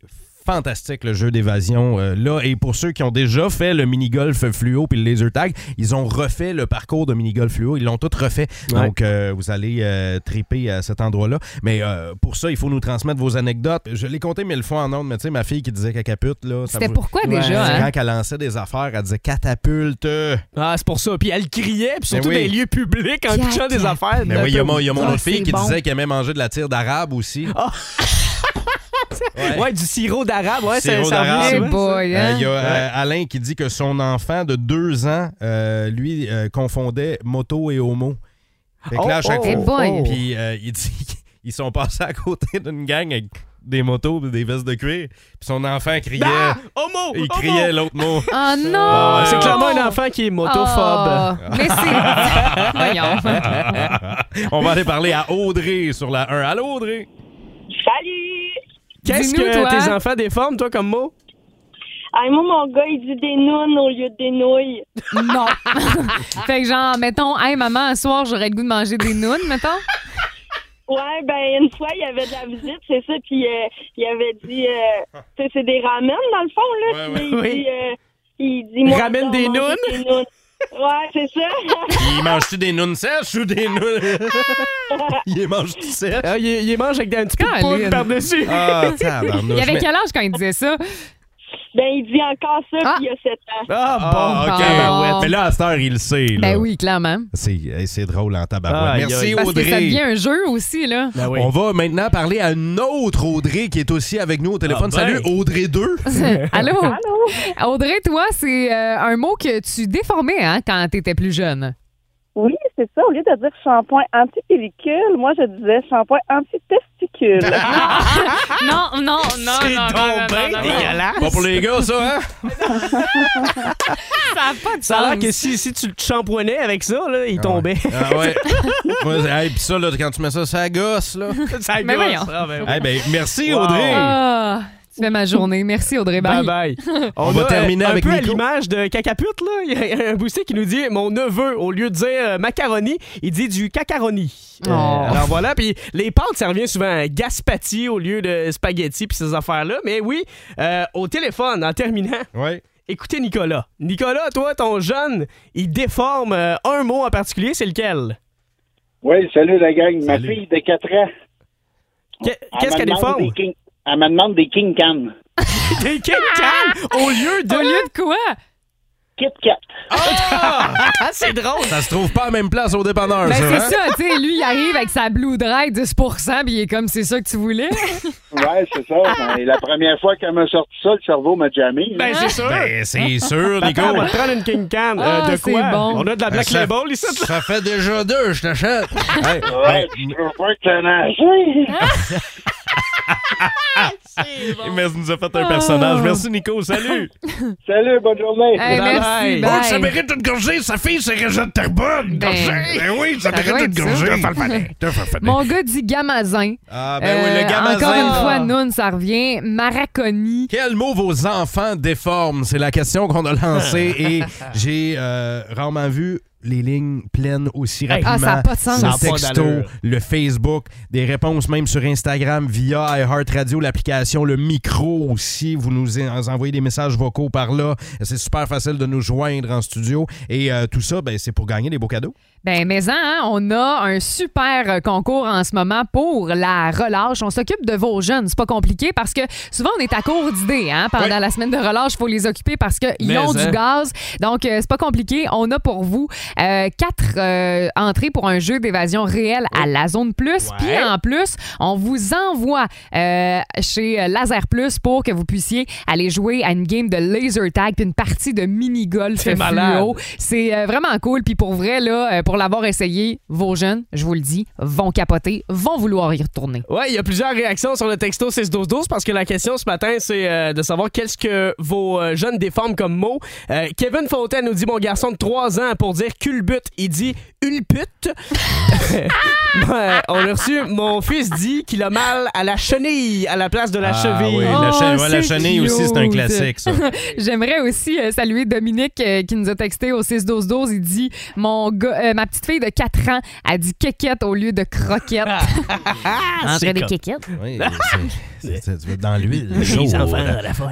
[SPEAKER 2] fantastique le jeu d'évasion euh, là et pour ceux qui ont déjà fait le mini golf fluo puis le laser tag ils ont refait le parcours de mini golf fluo ils l'ont tout refait
[SPEAKER 4] Ouais.
[SPEAKER 2] donc euh, vous allez euh, triper à cet endroit là mais euh, pour ça il faut nous transmettre vos anecdotes je l'ai compté mille fois en ondes mais tu sais ma fille qui disait cacapute là ça
[SPEAKER 3] C'était
[SPEAKER 2] me-
[SPEAKER 3] pourquoi
[SPEAKER 4] Ouais.
[SPEAKER 3] déjà,
[SPEAKER 2] C'est
[SPEAKER 3] hein?
[SPEAKER 2] quand elle lançait des affaires elle disait catapulte
[SPEAKER 4] Ah, c'est pour ça. Puis elle criait, puis surtout
[SPEAKER 2] Ben
[SPEAKER 4] dans
[SPEAKER 2] oui.
[SPEAKER 4] les lieux publics en
[SPEAKER 3] Quatre.
[SPEAKER 4] touchant des affaires.
[SPEAKER 2] mais oui il y a mon, il y a mon
[SPEAKER 3] Ah,
[SPEAKER 2] autre fille
[SPEAKER 3] c'est
[SPEAKER 2] qui
[SPEAKER 3] bon.
[SPEAKER 2] disait qu'elle aimait manger de la tire d'arabe aussi
[SPEAKER 4] Ah.
[SPEAKER 2] Ouais.
[SPEAKER 4] Ouais, du sirop d'arabe. Ah, Ouais,
[SPEAKER 2] Sirop
[SPEAKER 4] ça, ça
[SPEAKER 2] d'arabe.
[SPEAKER 4] revient
[SPEAKER 3] Eh
[SPEAKER 4] souvent, ça.
[SPEAKER 3] boy,
[SPEAKER 2] Euh,
[SPEAKER 3] hein?
[SPEAKER 2] Il y a euh, Alain qui dit que son enfant de deux ans, euh, lui, euh, confondait moto et homo. Fait que là, à chaque
[SPEAKER 3] Eh
[SPEAKER 2] fois,
[SPEAKER 3] boy.
[SPEAKER 2] puis euh, il dit qu'ils sont passés à côté d'une gang avec des motos et des vestes de cuir. Puis son enfant criait,
[SPEAKER 4] Ah! Homo!
[SPEAKER 2] il
[SPEAKER 4] homo!
[SPEAKER 2] criait l'autre mot.
[SPEAKER 3] Oh non!
[SPEAKER 4] Ah, c'est clairement un enfant qui est motophobe.
[SPEAKER 3] Oh, mais c'est. Voyons.
[SPEAKER 2] On va aller parler à Audrey sur la 1. Allô, Audrey?
[SPEAKER 8] Salut!
[SPEAKER 4] Qu'est-ce
[SPEAKER 3] Dis-nous,
[SPEAKER 4] que
[SPEAKER 3] toi.
[SPEAKER 4] tes enfants déforment, toi, comme mot?
[SPEAKER 8] Ah, moi, mon gars, il dit des nounes au lieu de des nouilles.
[SPEAKER 3] Non. fait que genre, mettons, hey maman, un soir, j'aurais le goût de manger des nounes, mettons.
[SPEAKER 4] Euh,
[SPEAKER 8] Ouais, ben une fois, il y avait de la visite, c'est ça, puis euh, il avait dit, euh, tu sais, c'est des ramen dans le fond, là.
[SPEAKER 2] Ouais,
[SPEAKER 8] puis il
[SPEAKER 4] ouais.
[SPEAKER 8] dit, euh, il dit, moi,
[SPEAKER 4] Ramen
[SPEAKER 8] j'adore
[SPEAKER 4] des
[SPEAKER 8] manger
[SPEAKER 4] nounes?
[SPEAKER 8] des nounes. Ouais, c'est ça.
[SPEAKER 2] Il mange-tu des nounes sèches ou des nounes... il mange-tu sèches?
[SPEAKER 4] Ah, il, il mange avec un petit peu de
[SPEAKER 3] Caroline.
[SPEAKER 4] poudre par-dessus.
[SPEAKER 2] Ah,
[SPEAKER 3] Il
[SPEAKER 2] tabarnouche.
[SPEAKER 3] y avait
[SPEAKER 2] Mais-
[SPEAKER 3] quel âge quand il disait ça?
[SPEAKER 8] ben, il dit encore ça,
[SPEAKER 3] Ah.
[SPEAKER 8] puis il y a 7 ans.
[SPEAKER 4] Ah,
[SPEAKER 2] Ah,
[SPEAKER 4] bon.
[SPEAKER 2] OK.
[SPEAKER 3] tabarouette.
[SPEAKER 2] Mais là, à cette heure, il le sait. là.
[SPEAKER 3] Ben oui, clairement.
[SPEAKER 2] C'est, hey, c'est drôle en
[SPEAKER 4] Aïe,
[SPEAKER 2] tabarouette. Merci
[SPEAKER 4] aïe.
[SPEAKER 3] Parce que ça devient
[SPEAKER 2] Audrey.
[SPEAKER 3] un jeu aussi, là.
[SPEAKER 4] Ben oui.
[SPEAKER 2] On va maintenant parler à une autre Audrey qui est aussi avec nous au téléphone.
[SPEAKER 4] Ah ben.
[SPEAKER 2] Salut Audrey 2.
[SPEAKER 3] Allô?
[SPEAKER 7] Ben,
[SPEAKER 3] Audrey, toi, c'est euh, un mot que tu déformais hein, quand t'étais plus jeune.
[SPEAKER 7] Oui, c'est ça. Au lieu de dire shampoing anti-pellicule, moi, je disais shampoing anti-testicule.
[SPEAKER 3] Non, non, non,
[SPEAKER 4] C'est
[SPEAKER 3] non, non,
[SPEAKER 4] donc
[SPEAKER 3] non,
[SPEAKER 4] bien
[SPEAKER 3] non, non, non.
[SPEAKER 4] dégueulasse.
[SPEAKER 2] Pas pour les gars, ça, hein?
[SPEAKER 3] Ça n'a pas de
[SPEAKER 4] Ça a l'air que
[SPEAKER 3] sens.
[SPEAKER 4] si, si tu le champoignais avec ça, là, il tombait.
[SPEAKER 2] Ah ouais. Moi, hey, pis ça, là, quand tu mets ça, ça gosse, là.
[SPEAKER 4] ça
[SPEAKER 3] Mais
[SPEAKER 4] gosse.
[SPEAKER 3] voyons.
[SPEAKER 4] Ah, ben oui.
[SPEAKER 2] Hey, ben, merci
[SPEAKER 4] Wow.
[SPEAKER 2] Audrey.
[SPEAKER 3] Ah, tu fais ma journée. Merci, Audrey. Bye.
[SPEAKER 4] Bye bye.
[SPEAKER 2] On va
[SPEAKER 4] a, euh,
[SPEAKER 2] terminer
[SPEAKER 4] un
[SPEAKER 2] avec
[SPEAKER 4] peu à
[SPEAKER 2] Nico.
[SPEAKER 4] l'image de cacapute là, il y a un boosté qui nous dit mon neveu au lieu de dire euh, macaroni, il dit du cacaroni. Euh,
[SPEAKER 3] Oh.
[SPEAKER 4] alors voilà, puis les pâtes ça revient souvent à gaspati au lieu de spaghetti puis ces affaires là, mais oui, euh, au téléphone en terminant.
[SPEAKER 2] Ouais.
[SPEAKER 4] Écoutez Nicolas. Nicolas, toi ton jeune, il déforme euh, un mot en particulier, c'est lequel
[SPEAKER 9] Oui, salut la gang. Ma
[SPEAKER 2] Salut.
[SPEAKER 9] fille de 4 ans.
[SPEAKER 4] Que- Qu'est-ce
[SPEAKER 9] me
[SPEAKER 4] qu'elle
[SPEAKER 9] demande
[SPEAKER 4] déforme
[SPEAKER 9] des King- Elle me demande des King Can.
[SPEAKER 4] Des Kit Kat au lieu de
[SPEAKER 3] Au lieu de quoi?
[SPEAKER 9] Kit Kat.
[SPEAKER 4] Ah, c'est drôle.
[SPEAKER 2] Ça se trouve pas à la même place au dépanneur,
[SPEAKER 3] Ben,
[SPEAKER 2] ça.
[SPEAKER 3] c'est
[SPEAKER 2] hein?
[SPEAKER 3] ça, tu sais. Lui, il arrive avec sa Blue Dry 10 puis il est comme, c'est ça que tu voulais.
[SPEAKER 9] Ouais, c'est ça. Ben, la première fois qu'elle m'a sorti ça, le cerveau m'a jammé.
[SPEAKER 4] Ah. Ben
[SPEAKER 3] Hein?
[SPEAKER 4] c'est sûr.
[SPEAKER 2] Ben, c'est sûr, Nico.
[SPEAKER 4] Attends, on va te prendre une King Can. Euh,
[SPEAKER 3] Ah,
[SPEAKER 4] de
[SPEAKER 3] c'est
[SPEAKER 4] quoi?
[SPEAKER 3] bon.
[SPEAKER 4] On a de la Black
[SPEAKER 2] Ben, ça-
[SPEAKER 4] Label ici. là.
[SPEAKER 2] Ça fait déjà deux, je t'achète. Hey,
[SPEAKER 9] ouais,
[SPEAKER 2] hey,
[SPEAKER 9] je trouve pas que t'en as assez.
[SPEAKER 2] mais il nous a fait un personnage. Merci, Nico. Salut.
[SPEAKER 9] Salut, bonne journée.
[SPEAKER 3] Hey,
[SPEAKER 4] Bye bye.
[SPEAKER 3] merci.
[SPEAKER 2] Oh, ça
[SPEAKER 3] Bye.
[SPEAKER 2] mérite une gorgée. Sa fille, c'est Régent Terbonne.
[SPEAKER 3] Ben,
[SPEAKER 2] gorgée. Ben oui, ça,
[SPEAKER 3] ça doit
[SPEAKER 2] mérite une
[SPEAKER 3] être ça.
[SPEAKER 2] gorgée. T'as fait le fallait.
[SPEAKER 3] Mon gars dit gamazin.
[SPEAKER 2] Ah, ben oui,
[SPEAKER 3] Euh,
[SPEAKER 2] le gamazin.
[SPEAKER 3] Encore une fois, Noun, ça revient. Maraconi.
[SPEAKER 2] Quel mot vos enfants déforment? C'est la question qu'on a lancée et j'ai euh, rarement vu les lignes pleines aussi
[SPEAKER 3] Hey.
[SPEAKER 2] rapidement.
[SPEAKER 3] Ah, ça a pas de sens. Ça a
[SPEAKER 2] Le
[SPEAKER 3] pas
[SPEAKER 2] texto,
[SPEAKER 3] d'allure.
[SPEAKER 2] le Facebook, des réponses même sur Instagram via iHeartRadio, l'application, le micro aussi. Vous nous en- envoyez des messages vocaux par là. C'est super facile de nous joindre en studio. Et euh, tout ça, ben, c'est pour gagner des beaux cadeaux.
[SPEAKER 3] Ben, mais hein, on a un super euh, concours en ce moment pour la relâche. On s'occupe de vos jeunes. C'est pas compliqué parce que souvent, on est à court d'idées. Hein? Pendant la semaine de relâche, il faut les occuper parce qu'ils
[SPEAKER 13] Mais,
[SPEAKER 3] ont
[SPEAKER 13] hein.
[SPEAKER 3] du gaz. Donc, euh, c'est pas compliqué. On a pour vous euh, quatre euh, entrées pour un jeu d'évasion réelle à la zone plus. Puis en plus, on vous envoie euh, chez euh, Laser Plus pour que vous puissiez aller jouer à une game de laser tag puis une partie de mini-golf
[SPEAKER 4] C'est
[SPEAKER 3] fluo.
[SPEAKER 4] malade.
[SPEAKER 3] C'est euh, vraiment cool. Puis pour vrai, là, euh, pour l'avoir essayé, vos jeunes, je vous le dis, vont capoter, vont vouloir y retourner.
[SPEAKER 4] Ouais, il y a plusieurs réactions sur le texto 6-12-12 parce que la question ce matin, c'est euh, de savoir qu'est-ce que vos euh, jeunes déforment comme mot. Euh, Kevin Fontaine nous dit Mon garçon de 3 ans pour dire culbute, il dit ulpute. Ouais, on a reçu Mon fils dit qu'il a mal à la chenille à la place de la
[SPEAKER 2] Ah
[SPEAKER 4] cheville.
[SPEAKER 2] oui, la Oh, che- ouais, la c'est chenille aussi, c'est un cute. classique, ça.
[SPEAKER 3] J'aimerais aussi euh, saluer Dominique euh, qui nous a texté au 6-12-12. Il dit Mon gars- euh, Ma petite fille de 4 ans a dit quéquette au lieu de croquette.
[SPEAKER 2] Ah,
[SPEAKER 3] Je
[SPEAKER 2] c'est
[SPEAKER 3] des
[SPEAKER 2] comme-
[SPEAKER 3] quéquettes.
[SPEAKER 2] Oui, c'est- c'est- tu vas dans l'huile. chaude.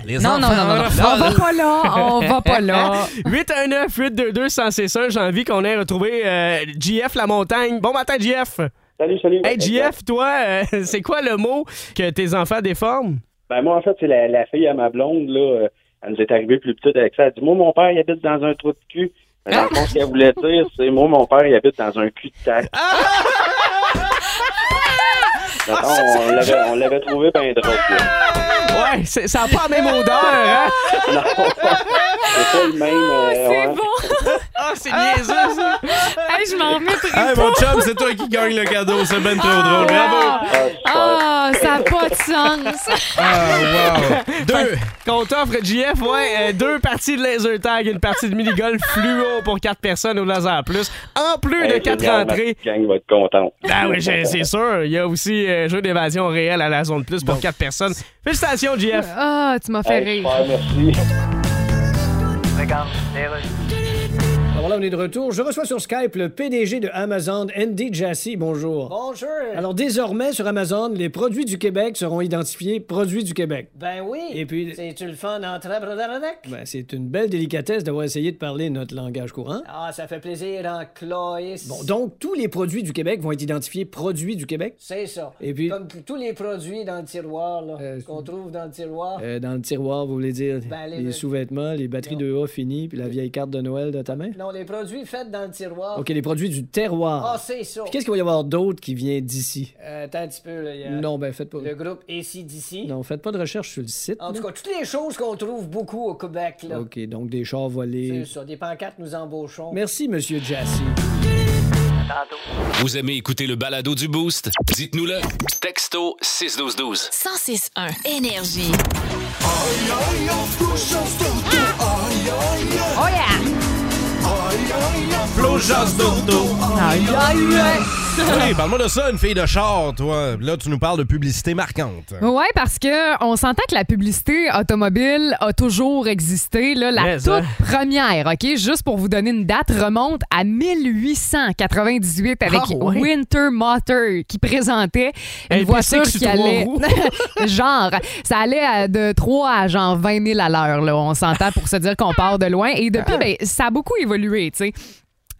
[SPEAKER 2] Les
[SPEAKER 3] Non, non, non,
[SPEAKER 2] enfants
[SPEAKER 3] non,
[SPEAKER 2] à
[SPEAKER 3] non.
[SPEAKER 2] la
[SPEAKER 3] On va
[SPEAKER 2] folle.
[SPEAKER 3] pas là. On va pas là.
[SPEAKER 4] 819 822 161 j'ai envie qu'on ait retrouvé euh, GF La Montagne. Bon matin, GF.
[SPEAKER 14] Salut, salut.
[SPEAKER 4] Hey, GF, toi, euh, c'est quoi le mot que tes enfants déforment?
[SPEAKER 14] Ben moi, en fait, c'est la, la fille à ma blonde, là. euh, Elle nous est arrivée plus petite avec ça. Elle dit Moi, mon père, il habite dans un trou de cul. Mais dans le fond, ce qu'elle voulait dire, c'est Moi, mon père, il habite dans un cul de tac. Dans le fond, on l'avait- on l'avait trouvé bien drôle, là.
[SPEAKER 4] Ouais, c'est- ça n'a pas la même odeur, hein?
[SPEAKER 14] C'est pas le même.
[SPEAKER 3] Ah,
[SPEAKER 14] euh, ouais.
[SPEAKER 3] bon!
[SPEAKER 4] Ah, c'est niaiseux, ça!
[SPEAKER 3] hey, je m'en mettrai
[SPEAKER 2] Hey, mon chum, c'est toi qui gagne le cadeau. C'est ben trop drôle.
[SPEAKER 14] Ah,
[SPEAKER 2] Bravo!
[SPEAKER 3] Ah, ça n'a pas de sens!
[SPEAKER 2] Ah,
[SPEAKER 4] Deux! Qu'on t'offre, GF, ouais, euh, deux parties de laser tag, une partie de mini-golf fluo pour quatre personnes au laser plus, en plus de
[SPEAKER 14] Hey,
[SPEAKER 4] quatre
[SPEAKER 14] génial, ma
[SPEAKER 4] entrées.
[SPEAKER 9] hein.
[SPEAKER 14] petite gang va être contente.
[SPEAKER 4] Ben oui, j'ai- c'est sûr. Il y a aussi euh, jeu d'évasion réelle à la zone plus pour quatre personnes. Félicitations, GF.
[SPEAKER 3] Ah, tu m'as fait rire.
[SPEAKER 10] Alors voilà, on est de retour. Je reçois sur Skype le PDG de Amazon, Andy Jassy. Bonjour.
[SPEAKER 11] Bonjour.
[SPEAKER 10] Alors désormais, sur Amazon, les produits du Québec seront identifiés produits du Québec.
[SPEAKER 11] Ben oui.
[SPEAKER 10] Et puis-
[SPEAKER 11] C'est-tu le fun entre broderadec?
[SPEAKER 10] Ben, c'est une belle délicatesse d'avoir essayé de parler notre langage courant.
[SPEAKER 11] Ah, ça fait plaisir en cloïs.
[SPEAKER 10] Bon, donc, tous les produits du Québec vont être identifiés produits du Québec?
[SPEAKER 11] C'est ça.
[SPEAKER 10] Et puis-
[SPEAKER 11] Comme tous les produits dans le tiroir, là, qu'on trouve dans le tiroir.
[SPEAKER 10] Euh, dans le tiroir, vous voulez dire
[SPEAKER 11] Ben, les-
[SPEAKER 10] les sous-vêtements, les batteries de A finies, puis la vieille carte de Noël de ta main?
[SPEAKER 11] Non, les produits faits dans le tiroir.
[SPEAKER 10] OK, les produits du terroir.
[SPEAKER 11] Ah, c'est ça.
[SPEAKER 10] Puis qu'est-ce qu'il va y avoir d'autre qui vient d'ici?
[SPEAKER 11] Euh, attends un petit peu, là. il y a
[SPEAKER 10] Non, ben faites pas...
[SPEAKER 11] Le groupe ACDC.
[SPEAKER 10] Non, faites pas de recherche sur le site.
[SPEAKER 11] En
[SPEAKER 10] là.
[SPEAKER 11] tout cas, toutes les choses qu'on trouve beaucoup au Québec, là.
[SPEAKER 10] OK, donc des chars volés.
[SPEAKER 11] C'est ça. Des pancartes, nous embauchons.
[SPEAKER 10] Merci, Monsieur Jassy.
[SPEAKER 1] Vous aimez écouter le balado du Boost? Dites-nous-le. Texto 61212.
[SPEAKER 12] 1061 Énergie.
[SPEAKER 3] Oh yeah! Aïe, aïe, aïe.
[SPEAKER 2] Hey, parle-moi de ça, une fille de char, toi. Là, tu nous parles de publicité marquante.
[SPEAKER 3] Oui, parce que on s'entend que la publicité automobile a toujours existé. Là, la
[SPEAKER 2] Mais,
[SPEAKER 3] toute
[SPEAKER 2] hein.
[SPEAKER 3] première, OK, juste pour vous donner une date, remonte à 1898 avec
[SPEAKER 13] Ah, ouais.
[SPEAKER 3] Winter Motor qui présentait une
[SPEAKER 13] Elle
[SPEAKER 3] voiture
[SPEAKER 13] pissait
[SPEAKER 3] qui
[SPEAKER 13] sur trois
[SPEAKER 3] allait...
[SPEAKER 13] roues.
[SPEAKER 3] genre, ça allait euh, de 3 à genre 20 000 à l'heure. là. On s'entend pour se dire qu'on Ah. part de loin. Et
[SPEAKER 13] Ah.
[SPEAKER 3] depuis, ben, ça a beaucoup évolué, tu sais.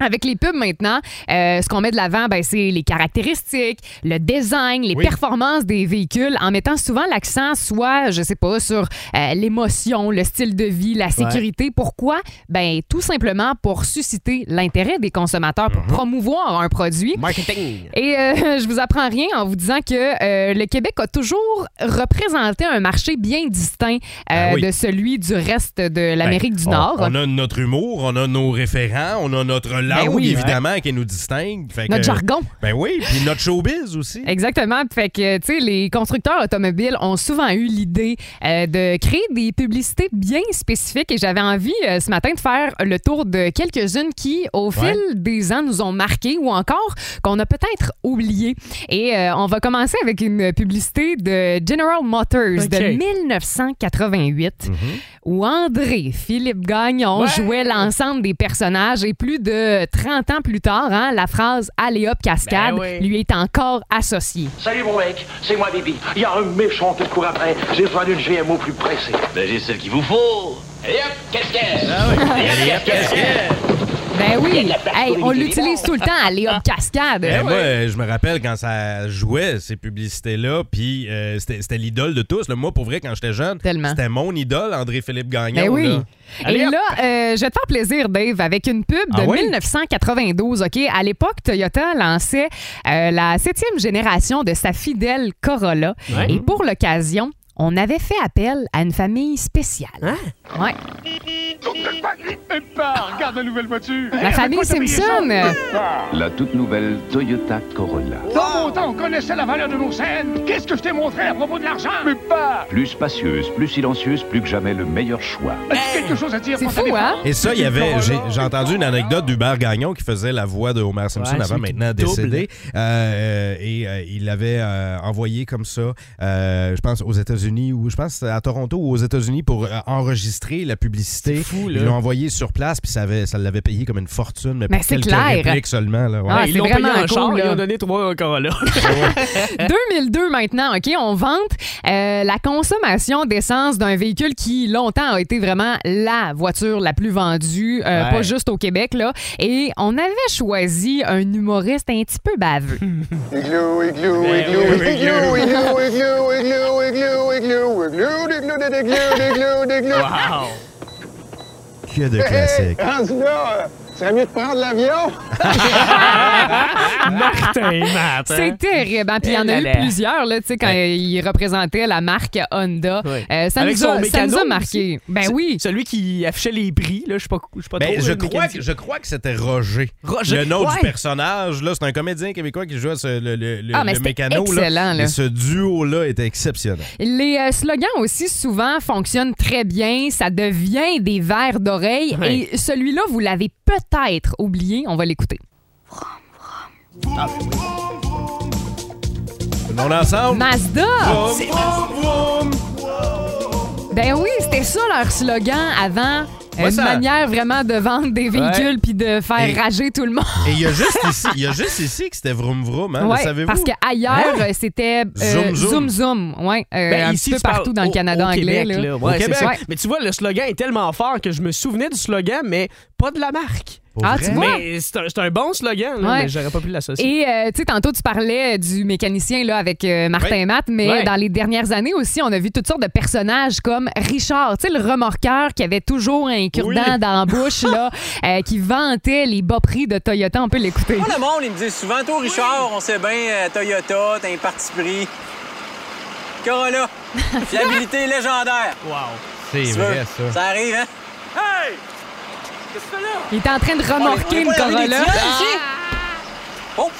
[SPEAKER 3] Avec les pubs maintenant, euh, ce qu'on met de l'avant, ben, c'est les caractéristiques, le design, les performances des véhicules, en mettant souvent l'accent soit, je sais pas, sur euh, l'émotion, le style de vie, la sécurité. Pourquoi? Ben, tout simplement pour susciter l'intérêt des consommateurs,
[SPEAKER 2] Mhm.
[SPEAKER 3] pour promouvoir un produit.
[SPEAKER 4] Marketing.
[SPEAKER 3] Et euh, je vous apprends rien en vous disant que euh, le Québec a toujours représenté un marché bien distinct euh,
[SPEAKER 2] Ah oui. Ben,
[SPEAKER 3] de celui du reste de l'Amérique du
[SPEAKER 2] On-
[SPEAKER 3] Nord. Ben
[SPEAKER 2] On, a notre humour, on a nos référents, on a notre langue,
[SPEAKER 3] oui.
[SPEAKER 2] évidemment, qui nous distingue. Fait que-
[SPEAKER 3] Notre jargon.
[SPEAKER 2] Ben oui, puis notre showbiz aussi.
[SPEAKER 3] Exactement. Fait que, tu sais, les constructeurs automobiles ont souvent eu l'idée euh, de créer des publicités bien spécifiques et j'avais envie euh, ce matin de faire le tour de quelques-unes qui, au
[SPEAKER 13] Ouais.
[SPEAKER 3] fil des ans, nous ont marqué ou encore qu'on a peut-être oublié. Et euh, on va commencer avec une publicité de General Motors
[SPEAKER 13] Ok. Mm-hmm.
[SPEAKER 3] de 1988 où André Philippe Gagnon
[SPEAKER 13] Ouais.
[SPEAKER 3] jouait l'ensemble des personnages et plus de euh, 30 ans plus tard, hein, la phrase Allez hop, cascade
[SPEAKER 13] Ben oui.
[SPEAKER 3] lui est encore associée.
[SPEAKER 13] Salut mon mec, c'est moi Bibi. Il y a un méchant qui te court après. J'ai besoin d'une GMO plus pressée. Ben j'ai celle qu'il vous faut. Allez hop, casquette. Allez hop, casquette.
[SPEAKER 3] Ben
[SPEAKER 13] Il y a de
[SPEAKER 3] oui,
[SPEAKER 13] la place
[SPEAKER 3] Hey,
[SPEAKER 13] pour les
[SPEAKER 3] on
[SPEAKER 13] minimums.
[SPEAKER 3] l'utilise tout le temps, Allez hop, cascade.
[SPEAKER 2] Ben, moi, euh, je me rappelle quand ça jouait, ces publicités-là, puis euh, c'était c'était l'idole de tous. là. Moi, pour vrai, quand j'étais jeune, c'était mon idole, André-Philippe Gagnon.
[SPEAKER 3] Ben oui.
[SPEAKER 2] là.
[SPEAKER 3] Et
[SPEAKER 2] Allez, hop.
[SPEAKER 3] là, euh, je vais te faire plaisir, Dave, avec une pub de
[SPEAKER 2] Ah oui?
[SPEAKER 3] 1992. OK? À l'époque, Toyota lançait euh, la septième génération de sa fidèle Corolla.
[SPEAKER 13] Ouais.
[SPEAKER 3] Et pour l'occasion, on avait fait appel à une famille spéciale. Ouais.
[SPEAKER 13] Regarde la nouvelle voiture. Eh,
[SPEAKER 3] La famille Simpson.
[SPEAKER 15] La toute nouvelle Toyota Corolla.
[SPEAKER 13] Dans mon temps, on connaissait la valeur de nos scènes. Qu'est-ce que je t'ai montré à propos de l'argent Mais pas
[SPEAKER 15] Plus spacieuse, plus silencieuse, plus que jamais le meilleur choix.
[SPEAKER 13] As-tu quelque chose à dire C'est fou,
[SPEAKER 3] hein
[SPEAKER 2] Et ça, il y avait. J'ai j'ai entendu une anecdote d'Hubert Gagnon qui faisait la voix de Homer Simpson
[SPEAKER 16] Ouais,
[SPEAKER 2] avant
[SPEAKER 16] celui
[SPEAKER 2] maintenant
[SPEAKER 16] qui double.
[SPEAKER 2] décédé. Euh, euh, et euh, il l'avait euh, envoyé comme ça, euh, je pense, aux États-Unis ou je pense à Toronto ou aux États-Unis pour euh, enregistrer la publicité.
[SPEAKER 4] là.
[SPEAKER 2] Ils l'ont envoyé sur place, puis ça, avait- ça l'avait payé comme une fortune, mais,
[SPEAKER 3] Mais
[SPEAKER 2] pour
[SPEAKER 3] c'est
[SPEAKER 2] quelques
[SPEAKER 3] clair.
[SPEAKER 2] répliques seulement. là, ouais.
[SPEAKER 3] Ah,
[SPEAKER 4] Ben, ils
[SPEAKER 3] c'est
[SPEAKER 4] l'ont payé
[SPEAKER 3] vraiment
[SPEAKER 4] en char,
[SPEAKER 3] cool,
[SPEAKER 4] ils
[SPEAKER 3] là.
[SPEAKER 4] ont donné trois Corolla. Hein?
[SPEAKER 3] 2002 maintenant, OK, on vante euh, la consommation d'essence d'un véhicule qui longtemps a été vraiment la voiture la plus vendue, euh,
[SPEAKER 13] Ouais.
[SPEAKER 3] pas juste au Québec, là. Et on avait choisi un humoriste un petit peu baveux.
[SPEAKER 4] Hein?
[SPEAKER 13] Igloo, igloo,
[SPEAKER 3] Ben
[SPEAKER 13] igloo,
[SPEAKER 3] oui, oui,
[SPEAKER 13] igloo,
[SPEAKER 3] igloo.
[SPEAKER 13] igloo, igloo, igloo, igloo, igloo, igloo, igloo, igloo, igloo, igloo.
[SPEAKER 2] Wow. Que de
[SPEAKER 13] Hey, hey,
[SPEAKER 2] classique.
[SPEAKER 13] rendu là, euh, serait mieux de prendre l'avion.
[SPEAKER 4] Martin, Martin.
[SPEAKER 3] C'est terrible. hein. Puis il y en
[SPEAKER 4] Eh là
[SPEAKER 3] a eu
[SPEAKER 4] là.
[SPEAKER 3] plusieurs, là, tu sais, quand il représentait la marque Honda. Euh, ça,
[SPEAKER 4] Avec
[SPEAKER 3] nous
[SPEAKER 4] son
[SPEAKER 3] a, ça nous
[SPEAKER 4] mécano
[SPEAKER 3] a marqué.
[SPEAKER 4] aussi.
[SPEAKER 3] Ben
[SPEAKER 4] Ce-
[SPEAKER 3] oui.
[SPEAKER 4] Celui qui affichait les prix, là, je suis pas, je suis pas
[SPEAKER 2] Ben,
[SPEAKER 4] trop,
[SPEAKER 2] je,
[SPEAKER 4] euh,
[SPEAKER 2] crois
[SPEAKER 4] mécanicien.
[SPEAKER 2] que, je crois que c'était Roger.
[SPEAKER 4] Roger,
[SPEAKER 2] Le nom
[SPEAKER 4] ouais.
[SPEAKER 2] du personnage, là, c'est un comédien québécois qui jouait ce- le, le- le-
[SPEAKER 3] Ah, mais
[SPEAKER 2] le
[SPEAKER 3] c'était
[SPEAKER 2] mécano. là.
[SPEAKER 3] excellent, là.
[SPEAKER 2] Et ce duo-là était exceptionnel.
[SPEAKER 3] Les euh, slogans aussi souvent fonctionnent très bien. Ça devient des vers d'oreille.
[SPEAKER 2] Ouais.
[SPEAKER 3] Et celui-là, vous l'avez peut-être oublié. On va l'écouter.
[SPEAKER 2] Tout le monde ensemble?
[SPEAKER 3] Mazda!
[SPEAKER 2] Vroom,
[SPEAKER 3] C'est Ben oui, c'était ça leur slogan avant.
[SPEAKER 2] Ouais,
[SPEAKER 3] une
[SPEAKER 2] ça-
[SPEAKER 3] manière vraiment de vendre des véhicules puis de faire
[SPEAKER 2] Et-
[SPEAKER 3] rager tout le monde.
[SPEAKER 2] Et il y a juste ici, il y a juste ici que c'était vroom vroom,
[SPEAKER 4] Ah,
[SPEAKER 2] hein, le
[SPEAKER 3] Ouais,
[SPEAKER 2] savez-vous?
[SPEAKER 3] parce qu'ailleurs,
[SPEAKER 2] Hein?
[SPEAKER 3] c'était euh,
[SPEAKER 2] Zoom,
[SPEAKER 3] zoom zoom.
[SPEAKER 2] zoom.
[SPEAKER 3] Ouais, euh,
[SPEAKER 4] Ben,
[SPEAKER 3] un
[SPEAKER 4] ici,
[SPEAKER 3] petit peu
[SPEAKER 4] tu parles
[SPEAKER 3] partout dans le
[SPEAKER 4] au-
[SPEAKER 3] Canada
[SPEAKER 4] au
[SPEAKER 3] anglais.
[SPEAKER 4] Québec,
[SPEAKER 3] là.
[SPEAKER 4] là. Ouais,
[SPEAKER 3] Au
[SPEAKER 4] c'est
[SPEAKER 3] Québec.
[SPEAKER 4] ça.
[SPEAKER 3] Ouais.
[SPEAKER 4] Mais tu vois, le slogan est tellement fort que je me souvenais du slogan, mais pas de la marque.
[SPEAKER 3] Pour Ah, vrai? tu vois?
[SPEAKER 4] Mais c'est un, c'est un bon slogan, là,
[SPEAKER 3] Ouais.
[SPEAKER 4] mais j'aurais pas pu l'associer.
[SPEAKER 3] Et euh, tu sais, tantôt, tu parlais du mécanicien là, avec euh, Martin
[SPEAKER 4] Ouais.
[SPEAKER 3] Matt, mais
[SPEAKER 4] Ouais.
[SPEAKER 3] dans les dernières années aussi, on a vu toutes sortes de personnages comme Richard, tu sais, le remorqueur qui avait toujours un cure-dent
[SPEAKER 17] Oui.
[SPEAKER 3] dans la bouche, là, euh, qui vantait les bas prix de Toyota. On peut l'écouter.
[SPEAKER 17] Moi, le monde, ils me disent souvent, toi, Richard, on sait bien, euh, Toyota, t'as un parti pris. Corolla, fiabilité légendaire. Wow.
[SPEAKER 2] C'est vrai, ça.
[SPEAKER 17] Ça arrive, hein? Hey! Qu'est-ce que là?
[SPEAKER 3] Il était en train de remorquer une Corolla.
[SPEAKER 4] Ah!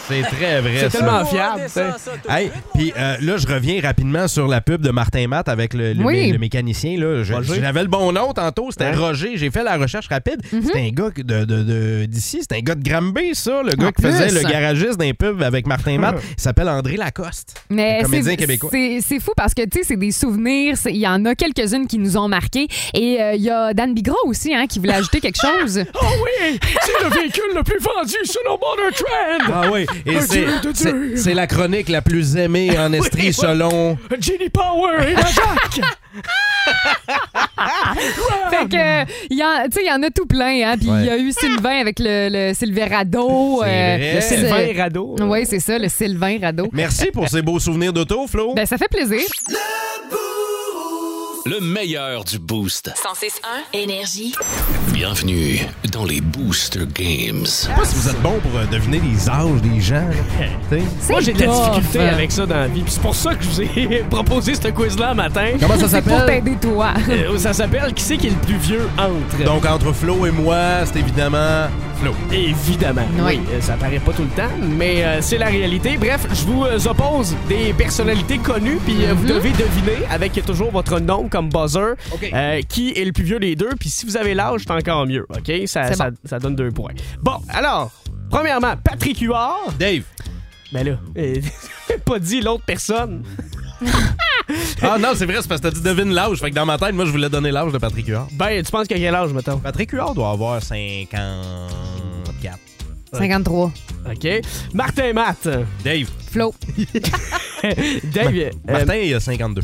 [SPEAKER 2] C'est très vrai.
[SPEAKER 4] C'est
[SPEAKER 2] ça.
[SPEAKER 4] tellement fiable, ça, ça,
[SPEAKER 2] Hey, puis euh, là, je reviens rapidemment sur la pub de Martin Matt avec le, le,
[SPEAKER 4] Oui.
[SPEAKER 2] mé- le mécanicien. Là. Je-
[SPEAKER 4] Roger.
[SPEAKER 2] J'avais le bon nom tantôt, c'était
[SPEAKER 4] Ouais.
[SPEAKER 2] Roger. J'ai fait la recherche rapide.
[SPEAKER 3] Mhm.
[SPEAKER 2] C'était un gars de- de- de- d'ici, c'était un gars de Granby, ça, le gars qui
[SPEAKER 3] plus.
[SPEAKER 2] faisait le garagiste d'un pub avec Martin Matt. Il s'appelle André Lacoste.
[SPEAKER 3] Mais
[SPEAKER 2] Un comédien
[SPEAKER 3] c'est-
[SPEAKER 2] québécois.
[SPEAKER 3] c'est- C'est fou parce que, tu sais, c'est des souvenirs. c'est- Il y en a quelques-unes qui nous ont marqués. Et euh, il y a Dan Bigras aussi, hein, qui voulait ajouter quelque chose.
[SPEAKER 4] Oh oui! C'est le véhicule le plus vendu selon Modern Trend!
[SPEAKER 2] Ah oui, et
[SPEAKER 4] Un
[SPEAKER 2] c'est-
[SPEAKER 4] Dieu de
[SPEAKER 2] c'est
[SPEAKER 4] Dieu.
[SPEAKER 2] c'est la chronique la plus aimée en Estrie
[SPEAKER 4] oui.
[SPEAKER 2] selon...
[SPEAKER 4] Ginny Power et la Jack!
[SPEAKER 3] Fait que, euh, il y en- tu sais, il y en a tout plein. Hein? Puis il y a eu Sylvain avec le, le Silverado. euh,
[SPEAKER 2] C'est vrai. Le Sylvain
[SPEAKER 4] Rado.
[SPEAKER 3] Oui, c'est ça, le Sylvain Rado.
[SPEAKER 2] Merci pour ces beaux souvenirs d'auto, Flo.
[SPEAKER 3] Ben, ça fait plaisir.
[SPEAKER 1] Le meilleur du boost.
[SPEAKER 12] 106.1 Énergie.
[SPEAKER 1] Bienvenue dans les Booster Games.
[SPEAKER 2] Je sais pas si vous êtes bon pour euh, deviner les âges des gens. là. Tu sais.
[SPEAKER 4] Moi, j'ai de la difficulté avec ça dans la vie. Puis c'est pour ça que je vous ai proposé ce quiz-là le matin.
[SPEAKER 2] Comment ça
[SPEAKER 3] C'est pour
[SPEAKER 2] s'appelle?
[SPEAKER 3] t'aider, toi.
[SPEAKER 4] Euh, ça s'appelle Qui c'est qui est le plus vieux entre?
[SPEAKER 2] Donc, entre Flo et moi, c'est évidemment Flo.
[SPEAKER 4] Évidemment.
[SPEAKER 2] Oui.
[SPEAKER 4] Oui. Euh, Ça paraît pas tout le temps, mais euh, c'est la réalité. Bref, je vous euh, oppose des personnalités connues, puis euh,
[SPEAKER 16] Mm-hmm.
[SPEAKER 4] vous devez deviner, avec toujours votre nom comme buzzer, euh, qui est le plus vieux des deux. Puis si vous avez l'âge, c'est encore mieux. OK? Ça,
[SPEAKER 16] C'est
[SPEAKER 4] ça,
[SPEAKER 16] bon.
[SPEAKER 4] ça donne deux points. Bon, alors, premièrement, Patrick Huard.
[SPEAKER 2] Dave.
[SPEAKER 4] Ben là, euh, pas dit l'autre personne.
[SPEAKER 2] Ah non, c'est vrai, c'est parce que t'as dit devine l'âge. Fait que dans ma tête, moi, je voulais donner l'âge de Patrick Huard.
[SPEAKER 4] Ben, tu penses qu'il a quel âge, mettons?
[SPEAKER 2] Patrick Huard doit avoir 54.
[SPEAKER 3] 53.
[SPEAKER 4] OK. Martin et Matt.
[SPEAKER 2] Dave.
[SPEAKER 3] Flo.
[SPEAKER 4] Dave. euh,
[SPEAKER 2] Martin, il a 52.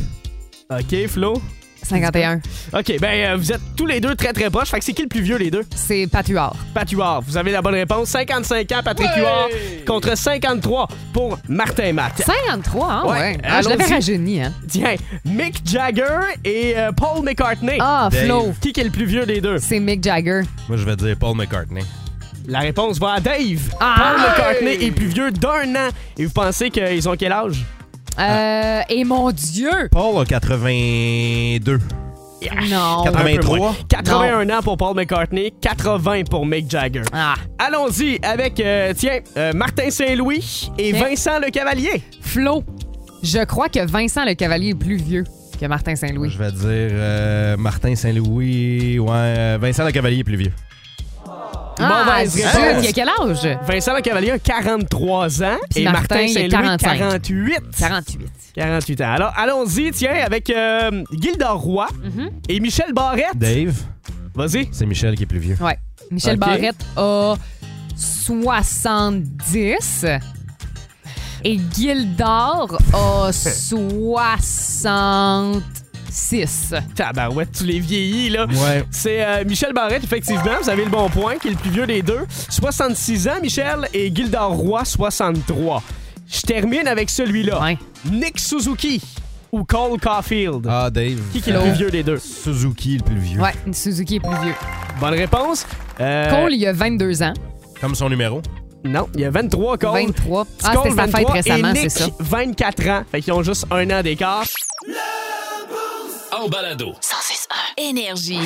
[SPEAKER 4] OK, Flo.
[SPEAKER 3] 51.
[SPEAKER 4] OK, ben euh, vous êtes tous les deux très très proches. Fait que c'est qui le plus vieux les deux?
[SPEAKER 3] C'est Patuard.
[SPEAKER 4] Patuard, vous avez la bonne réponse. 55 ans, Patrick Huard contre 53 pour Martin et Matt.
[SPEAKER 3] 53, hein? Ouais. Ah, je l'avais
[SPEAKER 4] Allons-y.
[SPEAKER 3] rajeuni, hein?
[SPEAKER 4] Tiens, Mick Jagger et euh, Paul McCartney.
[SPEAKER 3] Ah, Flo.
[SPEAKER 4] Qui qui est le plus vieux des deux?
[SPEAKER 3] C'est Mick Jagger.
[SPEAKER 2] Moi, je vais dire Paul McCartney.
[SPEAKER 4] La réponse va à Dave.
[SPEAKER 3] Ah!
[SPEAKER 4] Paul
[SPEAKER 3] Hey!
[SPEAKER 4] McCartney est plus vieux d'un an. Et vous pensez qu'ils ont quel âge?
[SPEAKER 3] Euh, et mon Dieu!
[SPEAKER 2] Paul a 82.
[SPEAKER 3] Non.
[SPEAKER 2] 83.
[SPEAKER 4] 81 ans pour Paul McCartney, 80 pour Mick Jagger.
[SPEAKER 3] Ah.
[SPEAKER 4] Allons-y avec, euh, tiens, euh, Martin Saint-Louis et
[SPEAKER 3] Tiens.
[SPEAKER 4] Vincent Le Cavalier.
[SPEAKER 3] Flo, je crois que Vincent Le Cavalier est plus vieux que Martin Saint-Louis.
[SPEAKER 2] Je vais dire euh, Martin Saint-Louis. Ouais, euh, Vincent Le Cavalier est plus vieux.
[SPEAKER 3] Ah,
[SPEAKER 4] Mauvaise
[SPEAKER 3] zut,
[SPEAKER 4] réponse.
[SPEAKER 3] il a quel âge?
[SPEAKER 4] Vincent Le Cavalier a 43 ans
[SPEAKER 3] Puis
[SPEAKER 4] et Martin,
[SPEAKER 3] Martin, il
[SPEAKER 4] Saint-Louis
[SPEAKER 3] a 45.
[SPEAKER 4] 48.
[SPEAKER 3] 48.
[SPEAKER 4] 48 ans. Alors, allons-y, tiens, avec euh, Gilda Roy
[SPEAKER 3] Mm-hmm.
[SPEAKER 4] et Michel Barrette.
[SPEAKER 2] Dave.
[SPEAKER 4] Vas-y.
[SPEAKER 2] C'est Michel qui est plus vieux.
[SPEAKER 3] Ouais. Michel
[SPEAKER 4] Ok.
[SPEAKER 3] Barrette a 70 et Gildor a 66.
[SPEAKER 4] Tabarouette, tu les vieillis, là.
[SPEAKER 2] Ouais.
[SPEAKER 4] C'est euh, Michel Barrette, effectivement. Vous avez le bon point, qui est le plus vieux des deux. 66 ans, Michel, et Gildor Roy, 63. Je termine avec celui-là. Nick Suzuki ou Cole Caulfield.
[SPEAKER 2] Ah, Dave.
[SPEAKER 4] Qui qui est le
[SPEAKER 3] Euh.
[SPEAKER 4] plus vieux des deux?
[SPEAKER 2] Suzuki le plus vieux.
[SPEAKER 3] Ouais, Suzuki est plus vieux.
[SPEAKER 4] Bonne réponse. Euh,
[SPEAKER 3] Cole, il a 22 ans.
[SPEAKER 2] Comme son numéro.
[SPEAKER 4] Non, il y a 23 Cole.
[SPEAKER 3] 23. Ah,
[SPEAKER 4] Cole,
[SPEAKER 3] c'était sa fête
[SPEAKER 4] 23,
[SPEAKER 3] récemment,
[SPEAKER 4] et
[SPEAKER 3] c'est
[SPEAKER 4] Nick,
[SPEAKER 3] ça.
[SPEAKER 4] 24 ans. Fait qu'ils ont juste un an d'écart.
[SPEAKER 1] En balado.
[SPEAKER 12] Énergie.